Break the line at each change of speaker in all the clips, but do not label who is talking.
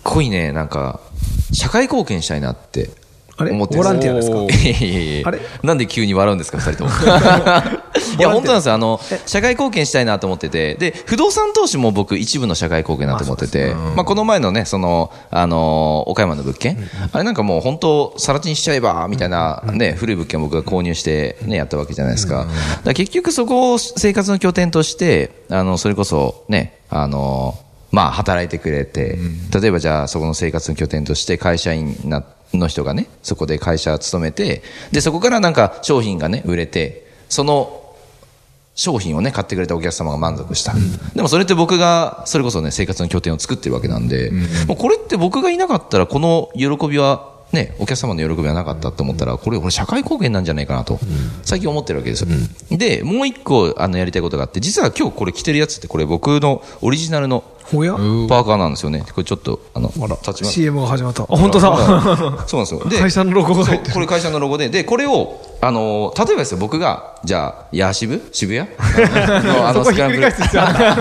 っごいね、なんか、社会貢献したいなって
あれ
思って
ボランティアですか
いやいやいやいや
あれなん
で急に笑うんですか、二人とも。いや、本当なんですよ。あの、社会貢献したいなと思ってて、で、不動産投資も僕一部の社会貢献だと思ってて、まあ、この前のね、その、あのー、岡山の物件、あれなんかもう本当、さら地にしちゃえば、みたいなね、古い物件を僕が購入してね、やったわけじゃないですか。だから結局そこを生活の拠点として、あの、それこそね、あのー、まあ、働いてくれて、例えばじゃあ、そこの生活の拠点として会社員なの人がね、そこで会社勤めて、で、そこからなんか商品がね、売れて、その商品をね、買ってくれたお客様が満足した。でもそれって僕が、それこそね、生活の拠点を作ってるわけなんで、もうこれって僕がいなかったら、この喜びは、ね、お客様の喜びはなかったと思ったら、これ俺社会貢献なんじゃないかなと、最近思ってるわけですよ。で、もう一個、あの、やりたいことがあって、実は今日これ着てるやつって、これ僕のオリジナルの
おや
パーカーなんですよね。これちょっと、あの、立ちます。
CM が始まったあ本当だ
そうなんですよ。で
会社のロゴが入って
そ
る
うこれ会社のロゴで、で、これを、あのー、例えばですよ、僕が、じゃあ、ヤーシブ渋谷 の、あ
そ
の、
こ
ス
ひ
クラン
っく
ブ
り
ル
返、す必要あ ったヤ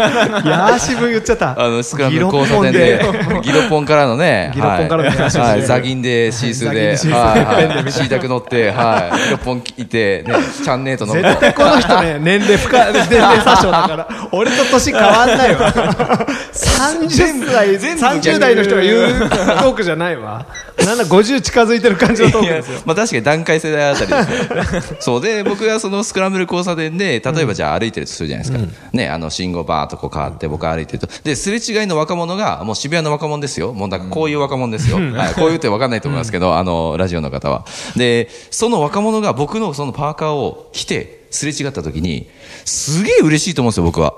ーシブ言っちゃった
あの、スクランブル交差点で、 ギロポンからのね、
ギロポンからの
はい
ヤーシブ
はい、ザギンで、シースーで、
ザギンでシースーで
はいはい、シータク乗って、はい、ギロポンいて、ね、チャンネート乗って
絶。対この人ね年齢深い年齢詐称だ から俺と年変わんないわ30代
全部逆
30代の人が言うトークじゃないわなんだ50近づいてる感じのトークですよ
いやまあ確かに段階世代あたりです ねそうで僕がそのスクランブル交差点で例えばじゃあ歩いてるとするじゃないですか、ねあの信号バーっとこう変わって僕歩いてるとですれ違いの若者がもう渋谷の若者ですよもうなんかこういう若者ですよ、はい、こういうって分かんないと思いますけど、あのラジオの方はでその若者が僕のそのパーカーを着てすれ違った時にすげえ嬉しいと思うんですよ僕は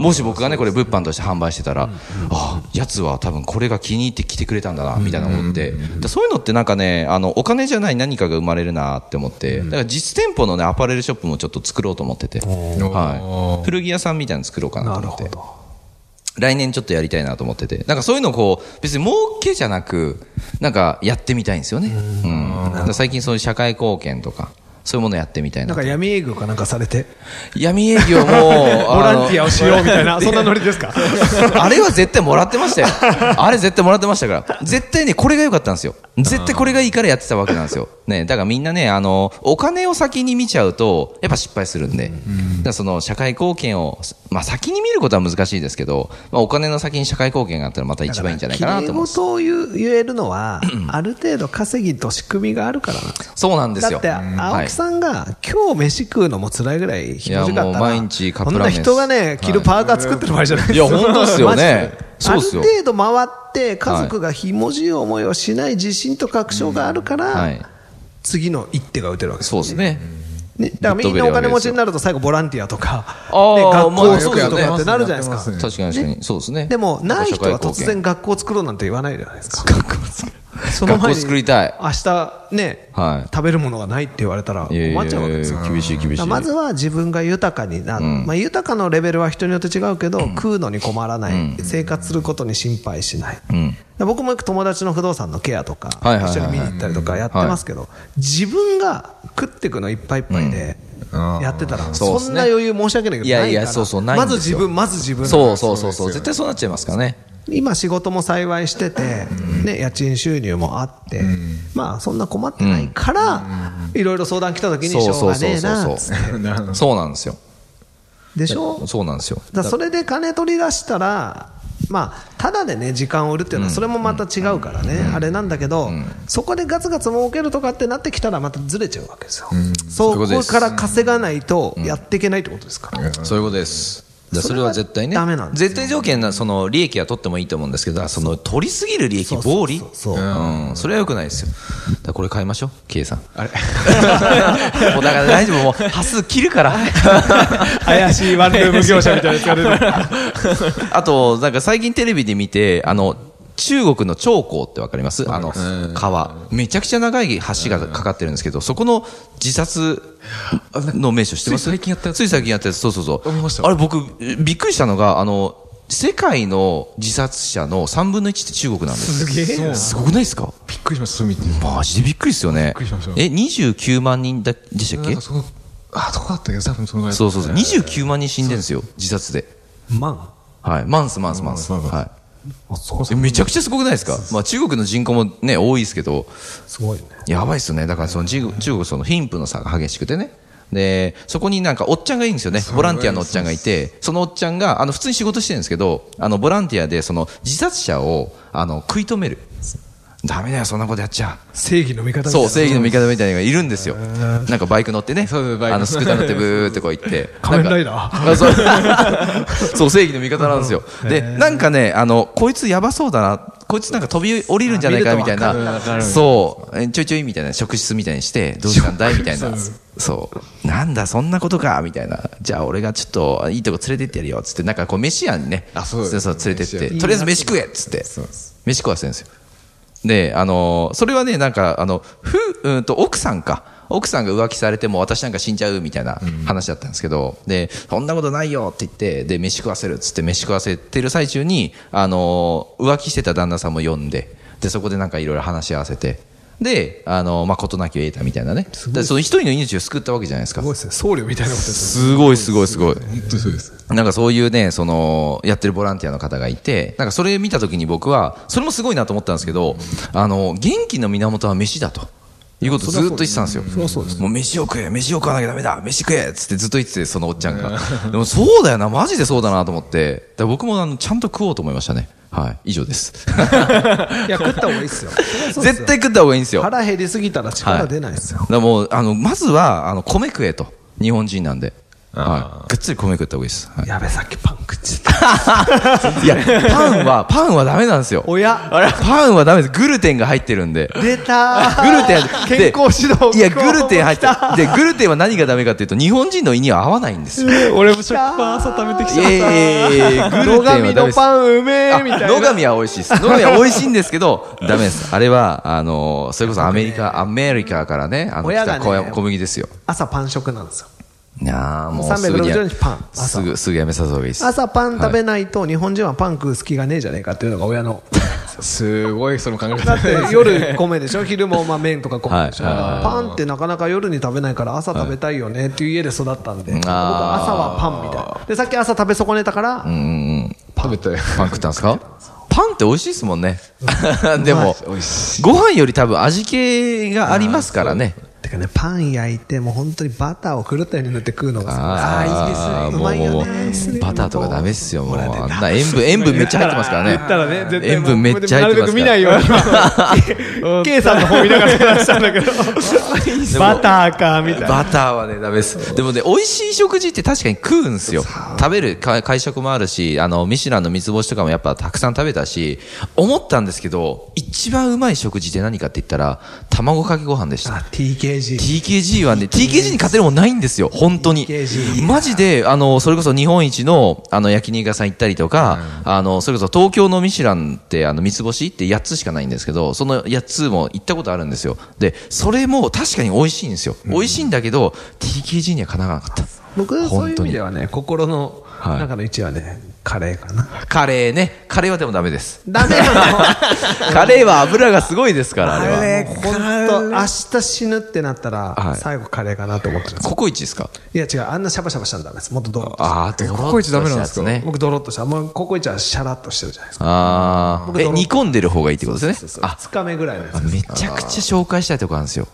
もし僕がね、これ物販として販売してたら、ああ、やつは多分これが気に入って来てくれたんだな、みたいな思って。だからそういうのってなんかね、あの、お金じゃない何かが生まれるなって思って、だから実店舗のね、アパレルショップもちょっと作ろうと思ってて、はい。古着屋さんみたいなの作ろうかなと思って。来年ちょっとやりたいなと思ってて。なんかそういうのをこう、別に儲けじゃなく、なんかやってみたいんですよね。うん。だから最近そういう社会貢献とか、そういうものやってみたい
な。
なん
か闇営業かなんかされて
闇営 業も、
ボ
ボ
ランティアをしようみたいなそんなノリですか
あれは絶対もらってましたよ。あれ絶対もらってましたから。絶対ね、これが良かったんですよ。絶対これがいいからやってたわけなんですよ。ね、だからみんなね、あの、お金を先に見ちゃうと、やっぱ失敗するんで。だからその、社会貢献を、まあ先に見ることは難しいですけど、まあお金の先に社会貢献があったらまた一番いいんじゃないかなと思う。
事を言う言えるのはある程度稼ぎと仕組みがあるからなんですよ
そうなんです
だ
よ。
って
は
青
い
木さんが今日飯食うのも辛いぐらいひどかった
いやもう
ら
毎日カップラーメン
こんな人がね着るパーカー作ってる場合じゃないですよ
いや本当っすよね
マジで
そうっすよ
ある程度回って家族がひもじい思いをしない自信と確証があるから、
はい。
次の一手が打てるわけです
そうですね。
ね、だからみんなお金持ちになると最後ボランティアとか、
あー
ね、学校
まあ
を作ると
よくやり
か
ま
っ
す
てなるじゃないです
やって
か
ま
確かに確かに。そうですね。
でもない人は突
社会
然
貢
学校を作ろうなんて言わないじゃないですか学校作そ
学校作りたい
明日ね、
はい
食べるものがないって言われたら
献。いやいや
困っ
い
ちゃうわけですよ
や、厳しい厳しい。
まずは自分が豊かになる、まあ、豊かのレベルは人によって違うけど、食うのに困らない、生活することに心配しない、で僕もよく友達の不動産のケアとか、
はいはいはい
一緒に見に行ったりとかやってますけど、自分が食っていくのいっぱいいっぱいで。やってたら
そう
そ
っすね
んな余裕申し訳ないけど
いやいや
ないから
そうそうないん
ま
です
ず
よ
自分まず自分
そうそうそうそう、絶対そうなっちゃいますからね。
今仕事も幸いしてて、ね、家賃収入もあって、まあそんな困ってないからいろいろ相談来た時にし
そう
ょう
そうそう
がねえな
そう
っつって
そう。そうなんですよ。
でしょ
そうなんですよ。
だからそれで金取り出したら、まあ、ただでね、時間を売るっていうのは、それもまた違うからね、あれなんだけど、そこでガツガツ儲けるとかってなってきたら、またずれちゃうわけですよ、そ
そういうことで
こ
す
から稼がないとやっていけないってことですから、
そういうことです。だからそれは絶対ね。
それはダメなんですよ
絶対条件な、その、利益は取ってもいいと思うんですけど、その、取りすぎる利益、暴利
そう
うん。それは良くないですよ。だからこれ買いましょう、K さん。あれ もうだから大丈夫、もう、端数切るから。
怪しいワンルーム業者みたいなやつが出てくる
あと、なんか最近テレビで見て、あの、中国の長江ってわかりますあの、川。めちゃくちゃ長い橋がかかってるんですけど、そこの自殺の名所知ってます
つい最近やったやつ
つい最近やったやつ、そうそうそう。
見ました
あれ僕、びっくりしたのが、あの、世界の自殺者の3分の1って中国なんです。
すげえな。
すごくないですか
びっくりしました、それ見て。
マジでびっくりですよね
くりしました。
え、29万人だでしたっ
なん
け
かその、あ、どこだったっけ多分そのぐらい。
そうそうそう。29万人死んでるんですよ、自殺で。
ま
はい。マンス、マンス、マンス。
マンスマンス
は
あ、あそう
い。めちゃくちゃすごくないですかまあ中国の人口もね、多いですけど、
すごいね。
やばいっすよね。だからその中国、中国その貧富の差が激しくてね。で、そこになんかおっちゃんがいるんですよね。ボランティアのおっちゃんがいて、そのおっちゃんが、あの、普通に仕事してるんですけど、あの、ボランティアで、その、自殺者を、あの、食い止める。ダメだよ、そんなことやっちゃ。
正義の味方みたいな
そう、正義の味方みたいなのがいるんですよ。なんかバイク乗ってね、
そうですバイク
あのスクーター乗ってブーってこう 行って。
仮面ライ
なん
ダ
かあそう そう、正義の味方なんですよ。で、なんかね、あの、こいつやばそうだな、こいつなんか飛び降りるんじゃないかみたい
見
と
る
わか
な、
る
そう、えちょいちょいみたいな、職質みたいにして、どうしたんだいみたいな。そう。なんだ、そんなことかみたいな。じゃあ俺がちょっと、いいとこ連れてってやるよ、つって、なんかこう、飯屋にね、
あそう
そうそう、連れてって、
飯
とりあえず飯食えっつって
そうです、
飯食わせるんですよ。で、あのーそれはね、なんか、あの、ふ、うんと、奥さんか。奥さんが浮気されても私なんか死んじゃうみたいな話だったんですけど、で、そんなことないよって言って、で、飯食わせるっつって飯食わせてる最中に、あのー浮気してた旦那さんも呼んで、で、そこでなんかいろいろ話し合わせて、で、あのーまあ、事なきを得たみたいなね。でその一人の命を救ったわけじゃないですか
すご。いですね。僧侶みたいなことですね
すごいすごいすごい。
本当にそうです。
なんかそういうね、その、やってるボランティアの方がいて、なんかそれ見たときに僕は、それもすごいなと思ったんですけど、あの、元気の源は飯だと。いうことをずっと言ってたんですよ。もう飯を食え、飯を食わなきゃダメだ、飯食えっつってずっと言ってて、そのおっちゃんが。でもそうだよな、マジでそうだなと思って。だから僕もあの、ちゃんと食おうと思いましたね。はい、以上です。
いや、食った方がいいっすよ。
絶対食った方がいいんですよ。
腹減りすぎたら力出ないっすよ
だか。らもう、あの、まずは、あの、米食えと。日本人なんで。はい。がっつり米食った方がいいです。はい
やべ、さっきパン食っちゃった。
いや、パンは、パンはダメなんですよ。
おや
あれパンはダメです。グルテンが入ってるんで。
出た
グルテン、
健康指
で
導
いや、グルテン入ってで、グルテンは何がダメかっていうと、日本人の胃には合わないんですよ。
俺も食パン朝食べてき
いやいやいやいやグルテンはダメです。
ンうめえ
あ野上は美味しいです。野上は美味しいんですけど、ダメです。あれは、あの、それこそアメリカ、アメリカからね、あの、来
親
た
がね
小小麦ですよ。
朝パン食なんですよ。
いやーもうすぐにや
360日パン朝
すぐ、すぐやめさせた方がいいです。
朝パン食べないと日本人はパン食う隙がねえじゃねえかっていうのが親の。
すごい、その考え
だ
方
っ。て 夜米でしょ昼もまあ麺とか米でしょ
はいはい
パンってなかなか夜に食べないから朝食べたいよねっていう家で育ったんで、僕は朝はパンみたいな。で、さっき朝食べ損ねたから、
食べたよ。
パン食ったんですかパンって美味しいですもんね。でも
美味し、
ご飯より多分味気がありますからね。
てかね、パン焼いて、もう本当にバターを狂ったように塗って食うのがすごい。ああ、いいですね。うまい
も
よ
う
ね。いいっすね
バターとかダメっすよ、もう。
ほら
あんな塩分、塩分めっちゃ入ってますからね。塩分めっちゃ入ってますから。
ように 今 K さんの方見ながら話したんだけどバターかみた
バターはね、ダメです。でもね、美味しい食事って確かに食うんですよ。食べるか会食もあるし、あの、ミシュランの三つ星とかもやっぱたくさん食べたし、思ったんですけど、一番うまい食事って何かって言ったら、卵かけご飯でした。
あ TKG。
TKG はね、TKG に勝てるもんないんですよ、本当に。
TKG
マジで、あの、それこそ日本一の、あの、焼肉屋さん行ったりとか、あの、それこそ東京のミシュランって、あの、三つ星って8つしかないんですけど、その8つも行ったことあるんですよ。で、それも確かに美味しいんですよ。美味しいんだけど、TKG にはかなわなかった。
僕、そういう
本当
意
に
味ではね、心の
はい
中の位置はね、カレーかな。
カレーね。カレーはでもダ メです。
ダメなの
カレーは油がすごいですから、あれは。
もう本当、明日死ぬってなった
は
ら
い、
最後カレーかなと思ってるんです。
ココイチですか
いや違う、あんなシャバシャバしたんだめです。もっとドロッとし
ああ、ドロッと
ココイチダメなんですか
したやつね。
た。僕ドロッとした。もうココイチはシャラッとしてるじゃないですか。
ああ。
僕
え、
ドロッ
煮込んでる方がいいってことですね。あ、
2日目ぐらいのやつ。
めちゃくちゃ紹介したいとこあるんですよ。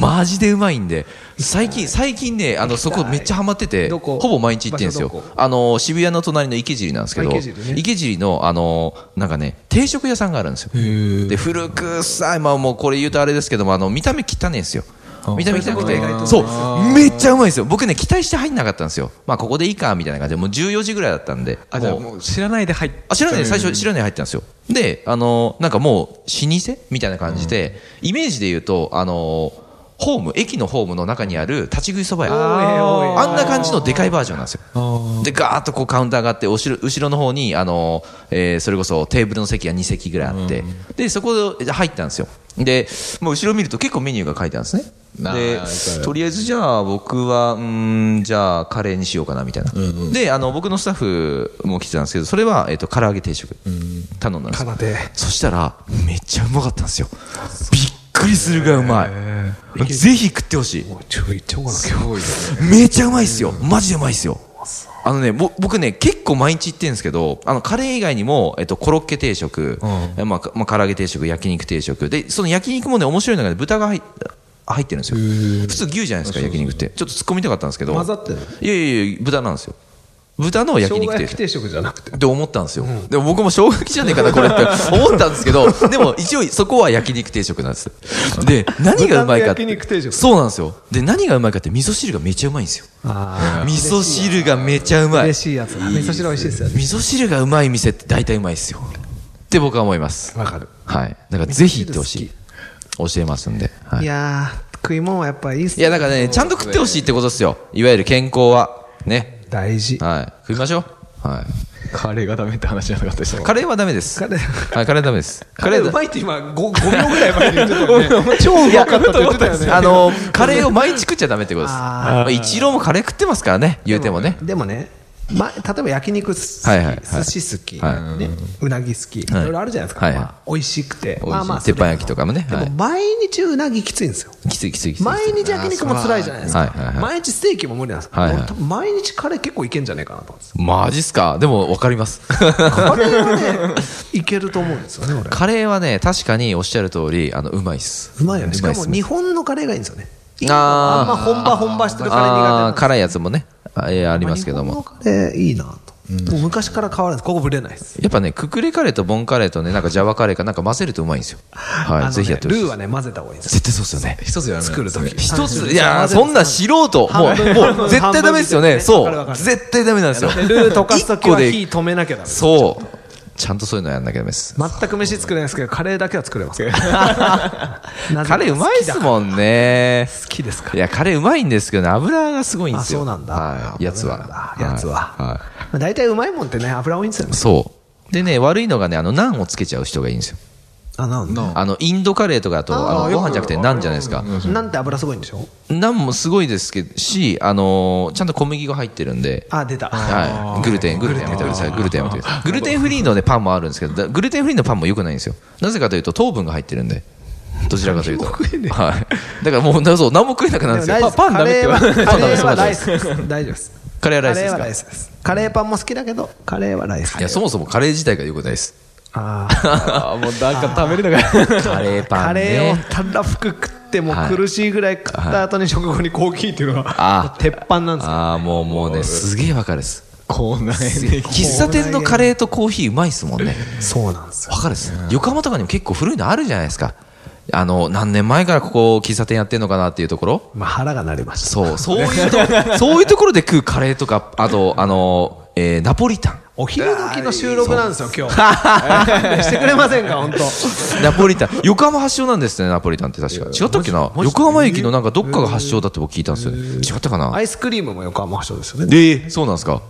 マジでうまいんで、最近、最近ね、あの、そこめっちゃハマってて、
ど
ほ
こ
ぼ毎日行ってるんですよ
場所どこ。
あの、渋谷の隣の池尻なんですけど、
あ池尻ね
池尻の、あの、なんかね、定食屋さんがあるんですよ。で、古くさい、まあもうこれ言うとあれですけども、あの、見た目汚いんですよ。見た目汚くて、そう、めっちゃうまいですよ。僕ね、期待して入んなかったんですよ。まあ、ここでいいか、みたいな感じで、もう14時ぐらいだったんで。
あじゃあ
もう
もう知らないで入っ
あ知らないで最初知らないで入ってたんですよ。で、あのーなんかもう、老舗みたいな感じで、イメージで言うと、あのーホーム、駅のホームの中にある立ち食いそば屋。
おいおい
あんな感じのでかいバージョンなんですよ。で、ガーッとこうカウンターがあって、おしろ後ろの方に、あの、えーそれこそテーブルの席が2席ぐらいあって、で、そこで入ったんですよ。で、もう後ろ見ると結構メニューが書いてあるんですね。
あ
で
ーそう、よ
とりあえずじゃあ僕は、うーん、じゃあカレーにしようかなみたいな。で、あの、僕のスタッフも来てたんですけど、それは、えっ、と、唐揚げ定食。頼んだんですよ
奏で。
そしたら、めっちゃうまかったんですよ。びっくりするぐらいうまい。ぜひ食ってほしい。
ちょいちょい
すごいね
めちゃうまいっすよ。マジでうまいっすよ。あのね、ぼ僕ね、結構毎日行ってるんですけど、あの、カレー以外にも、えっと、コロッケ定食、えまあ、かまあ、唐揚げ定食、焼肉定食。で、その焼肉もね、面白いのがね、豚が入っ入ってるんですよ。普通牛じゃないですか、焼肉って。ちょっと突っ込みたかったんですけど。
混ざってる
いやいやいや、豚なんですよ。豚の焼
生
肉
姜
定
焼
食
き。定食じゃなくて。
って思ったんですよ。でも僕も衝撃じゃねえかな、これって思ったんですけ ど、でも一応そこは焼肉定食なんです。で、何がうまいかって。
豚の焼肉定食
そうなんですよ。で、何がうまいかって味噌汁がめちゃうまいんですよ。
あ
味噌汁がめちゃう
あ、
まい。
嬉
味
しいやつだ。味噌汁美味しいですよね。
噌汁がうまい店って大体うまいですよ。って僕は思います。
わかる。
はい。だからぜひ行ってほしい。教えますんで。はいい。
やー、食い物はやっぱいいっす
いや、だからね、ちゃんと食ってほしいってことですよ。いわゆる健康は。ね。
大事。
はい。食いましょう。はい。
カレーがダメって話じゃなかったでしたもん
カレーはダメです。
カレー
はい、カレーダメです。
カレー
だ
うまいって今 5, 秒ぐらい前に言ってたよ ね
超うまかったって言ってたよね
あの、カレーを毎日食っちゃダメってことです。
あ
まあ、一郎もカレー食ってますからね、言うてもね。
でもね、ま、例えば焼肉好き、
はいはいはい
寿司好き、
は
ね、うなぎ好き、い
はい
ろいろあるじゃないですか、
はいはい
まあ、美味しくて、
美味しい
まあまあ
鉄板焼きとかもね
それ
はい
でも毎日うなぎきついんですよ
きついきついきつい。
毎日焼肉も辛いじゃないですか、
はいはいはい
毎日ステーキも無理なんですけど、
はいはい
俺多分毎日カレー結構いけんじゃないかなと思うんですよ
マジっすかでも分かります。
カレーはねいけると思うんですよね俺
カレーはね、確かにおっしゃる通り、あの、うまいっす。
うまいよねしか
っ
も
す
日本のカレーがいいんですよね
あー
あんま本場本場してるカレー苦手なん
あ
で
ー辛いやつもね、あえーありますけど
日
も。
本のカレーいいなと、もう昔から変わらないですここぶれないです、
やっぱね、ククレカレーとボンカレーとね、なんかジャワカレーかなんか混ぜるとうまいんですよ。
あの
はい、
ね
ぜひやってほしい
ルー
です。
はね混ぜた方がいいです
絶対そうっすよね。
一つやらない
作る時
一つ、い
あ
やー、そんな素人、も
半分
う、もう、絶対ダメですよね。
半分
そ
わかるわか
う。
る
絶対ダメなんですよ。
ルー溶かすときは
一個で
火止めなきゃダメです
そう。ちゃんとそういうのやんなきゃダメです。
全く飯作れないですけどカレーだけは作れます
カ
カ
レーうまいっす
ん
も
好
んね。
きですか
いや、カレーうまいんですけどね、油がすごいんですよ。
あそうなんだ
はい。やつ
油
は
なん。だやつはいまあ大体うまいもんってね油多いんですよね
い。そう。でね、悪いのがね、あの、ナンをつけちゃう人がいいんですよ。
あなんだ
あの、インドカレーとかだと、あの、ご飯じゃなくてナンじゃないですか。
なんて油すごいんでしょ
ナンもすごいですけど、し、あのー、ちゃんと小麦が入ってるんで。
あ出た
はい、グルテン、グルテンやめてください、グルテンやめてください、グルテンフリーの、ね、パンもあるんですけど、だグルテンフリーのパンも良くないんですよ、なぜかというと、糖分が入ってるんで、どちらかというと、はい、だからもう、なそう何も食えなくなるんですよ、
でも
パンダメって言われ
カレーは
パンダメです
カレーは
パンダメで
ライ
す
スです大丈夫です
カレーはライスです
カレーは
か
ライスですカレーパンも好きだけどカレーはライス
いや、そもそもカレー自体が良くないです、
あー
あーもうなんか食べるのが
カレーパ
カ
ン
レーを
ね、
たらふく食っても
はい
苦しいぐらい食った後に食後にコーヒーっていうの
あ
は
ー
もう鉄板なんですよ
ああ、もう、もうね、すげえわかるです、
こうないね
喫茶店のカレーとコーヒーうまいっすもんね。
そうなんですよ
わかるっす。横浜とかにも結構古いのあるじゃないですか。あの、何年前からここ喫茶店やってんのかなっていうところ
まあ腹が鳴りました
そう、そういう と、そういうところで食うカレーとか、あと、あの、えーナポリタン。
お昼時の収録なんですよ今日勘 弁してくれませんか本当
ナポリタン。横浜発祥なんですね、ナポリタンって確か。違ったっけな横浜駅のなんかどっかが発祥だって僕聞いたんですよね。違ったかな
アイスクリームも横浜発祥ですよね
で、そうなんですか。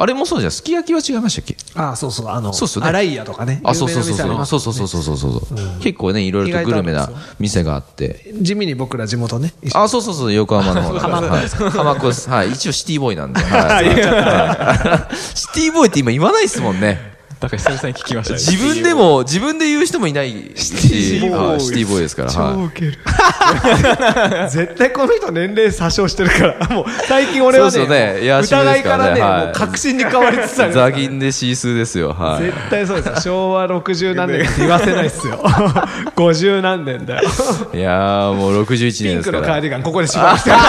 あれもそうじゃん。すき焼きは違いましたっけ
ああそうそうあの
そうっすよね
アライヤとかね
あ、そうそうそう
有名な店あり
そ
ま
う。
す
そうそうそうそうそうそう。結構ね、いろいろとグルメな店があって。
地味に僕ら地元ね一緒に
あ、そうそうそう、横浜の方なんで。はい浜っ子です。はい、一応シティボーイなんで。はいはいシティボーイって今言わないですもんね。
だから久々に聞きました
自分でも、自分で言う人もいないし、はいシティボーイですから。はい
絶対この人年齢詐称してるからもう最近俺は
そうっすよねいや
ね疑いか
渋いですから
らね
ねはい
もう確信に変わりつつある
ザギンでシースーですよ。はい。
絶対そうですよ昭和60何年って言わせないっすよ 50何年だよ
いやー、もう61
ピ
年
ン
です
ク
か
のカー
ら。
ディガンここで縛らせてる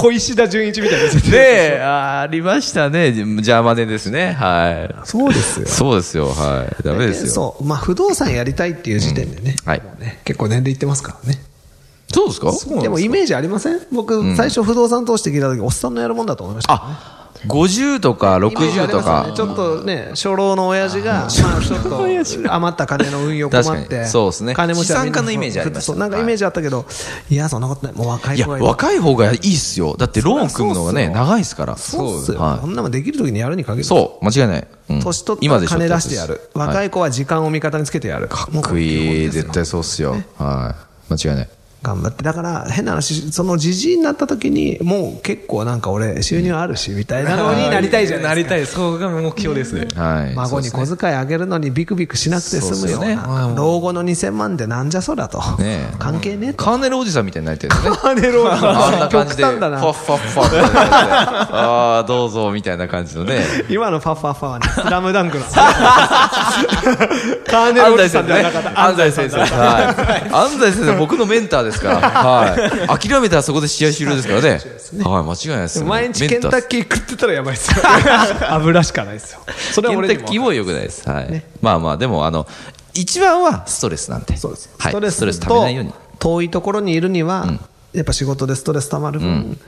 小石田純一みたいな
ねえ、あーありましたね。ジャーマネですね。はい。
そうですよ
そうですよ。はい。ダメですよ。
そうまあ不動産やりたいっていう時点でね,、
うんはい
もうね結構年齢いってますからね
そうですか
でもイメージありません僕、最初不動産投資って聞いた時おっさんのやるもんだと思いました
あ、 50とか
イメージあ
60
り
と
ますよ
か、
ねちょっとね、初老の親父が、まあちょっと余った金の運用困
確
っ
か
て、
にそうですね
金持ちはみんな
資産家のイメージありました
そうなんかイメージあったけど、いや、そんなことない。もう若い
いや
子がいる
若い方がいいっすよだってローン組むのがね長いっすから
そうっすよ。
は
こんなもんできる時にやるに限
い
る。
そう間違いない、うん
年取
今
っ
で
て
しょ
金出してやる。若
い
い子は時間を味方につけてやる。
か
か
っこいい絶対そうっすよ、はい間違いない
頑張って。だから、変な話、そのじじいになった時に、もう結構なんか俺、収入あるし、みたいなのになりたいじゃないですか。
なりたいそこが目標ですね。
はい
孫に
そうっ
小遣いあげるのにビクビクしなくて済むよう
そうっす
な、
よね
老後の2000万でなんじゃそらと、
ねえ
関係ねえ
す
と、
カーネルおじさんみたいになりたい ですね
金ロー
あんな感じで、
極端だ
ファッ
な、
ファッファッってやってああ、どうぞ、みたいな感じのね。
今のファッファッファは ね、スラムダンクの、カーネルおじさんではなかった、
安西先生。はい。安西先生、僕のメンターですから。はい。諦めたらそこで試合終了ですからね。はい、間違いないですよ。
毎日ケンタ
メター
ッキー食ってたらやばい っすよ、油しかないっすよ、それは
ケン
俺
タ
に
ッ
も
キーも良くないです。はい。まあまあ、でも、あの、一番はストレスなんで。
そうです、
はい。
ストレ
ストレ
ス
ス溜め
と
ないように。
遠いところにいるには、やっぱ仕事でストレス溜まる分、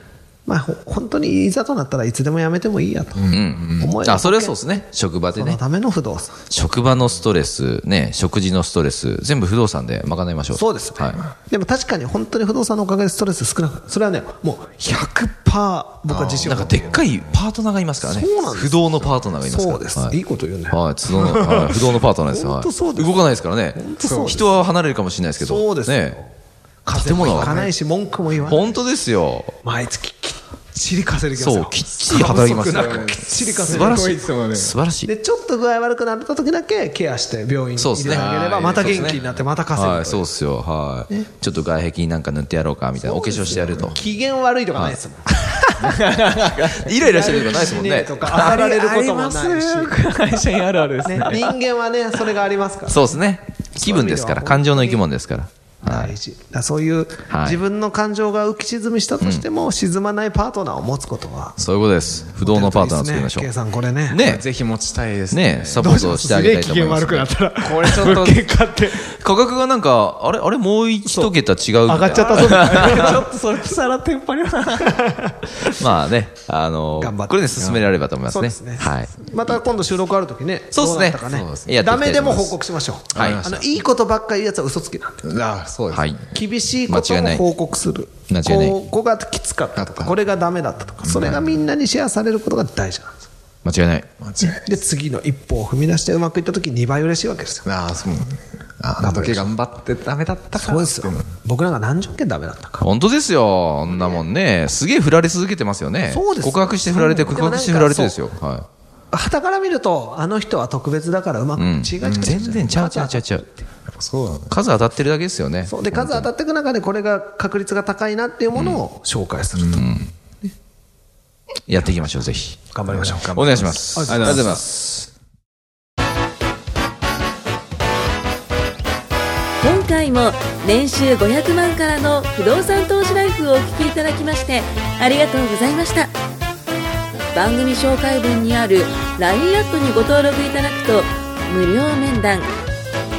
まあ、ほ本当にいざとなったらいつでもやめてもいいやと思える
あ、それはそうですね。職場で
その
ね。
ための不動産。
職場のストレス、ね、食事のストレス、全部不動産で賄いましょう。
そうですね、
は
でも確かに本当に不動産のおかげでストレス少なくそれはねもう100%僕は自
い。
信を
なんか
持って
で
いる
っかいパートナーがいますからね
そうなん。です
不動のパートナーがいますから。
そうです、
はい
い、いこと言うね、
はい、都道の、はい、不動のパートナーです。
本当そうです
はい動かないですからね
当そう。です
人は離れるかもしれないですけど。
そうですよ
ね。
風
建
も
物
引
は
かないし文句も言わない
本当ですよ。
毎月きっちり稼いできます
そう
よ、
きっちり働きます
過不
よ
足なくきっちり
素
稼い
晴
で
らし
すごい
い。
ですもんね
素晴らしい。
でちょっと具合悪くなった時だけケアして病院に
そうです
入れ
ね。
てあげればまた元気になってまた稼ぐ
はい、
と
そう
いう
っすよ。はい。ちょっと外壁になんか塗ってやろうか、みたいな。お化粧してや ると。
機嫌悪いとかないですもん、
イライラしてるとかないですもんね。
とか漁られることもないし、
会社にあるあるです
ね、人間はねそれがありますから
そうですね。気分ですから。感情の生き物ですから。
大事、だからそういう
はい
自分の感情が浮き沈みしたとしても、沈まないパートナーを持つことは
そういうことです。不動のパートナー作りましょ
ケイさんこれね
う。ね。
ぜひ持ちたいです
ね。サポートしてあげたいと思います。
たら、こ
れちょっと
結果って、
価格がなんか、あれあれもう一桁違うみたいな
上がっちゃった ぞみたいな。
ちょっとそれ皿テンパりま
まあね、あの
頑張って
これで進められればと思います
そう
ね。
ですね
はい。
また今度収録ある時ね
そうっすね
どなったか
そう
ね
っすねやってい
ダ
きた
メ
いと
で
思
も
います
報告しましょう、
はい
あのいいことばっかり言うやつは嘘つきなんで
あそうです。
はい。
厳しいこと
間違い
も
ない
報告する
間違いない
こうここがきつかったとかこれがダメだったとかそれがみんなにシェアされることが大事なんです
間違いない。
で次の一歩を踏み出してうまくいった時2倍嬉しいわけですよ
ああ、そう。ああの時頑張ってダメだったから。
そうですよ僕なんか何十件ダメだったか
本当ですよ。あんなもんね。すげえ振られ続けてますよね。
そうですよ
告白して振られて、
そう
告白して振られてですよ。は
傍から見るとあの人は特別だからうまく
い。
違
う。
うん違う違う
全然ちゃうちゃうちゃうちゃう。
そうなんだ
数当たってるだけですよね。
そうで数当たっていく中でこれが確率が高いなっていうものを紹介すると、
やっていきましょう、ぜひ。
頑張りましょう
お願いします。ありがとうございます。
今回も年収500万からの不動産投資ライフをお聞きいただきましてありがとうございました番組紹介文にある LINE アップにご登録いただくと無料面談